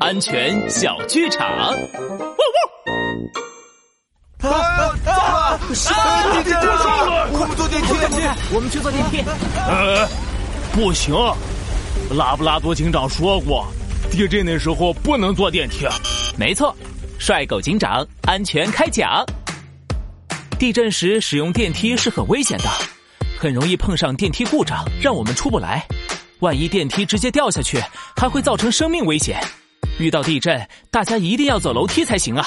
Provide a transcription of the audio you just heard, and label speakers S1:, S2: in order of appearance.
S1: 安全小剧场。
S2: 啊！地铁
S3: 坐错
S2: 了，我们坐电梯。
S3: 我们去坐电梯。
S1: 呃
S4: 不行，拉布拉多警长说过，地震的时候不能坐电梯。
S1: 没错，帅狗警长安全开讲。地震时使用电梯是很危险的，很容易碰上电梯故障，让我们出不来。万一电梯直接掉下去，还会造成生命危险。遇到地震，大家一定要走楼梯才行啊！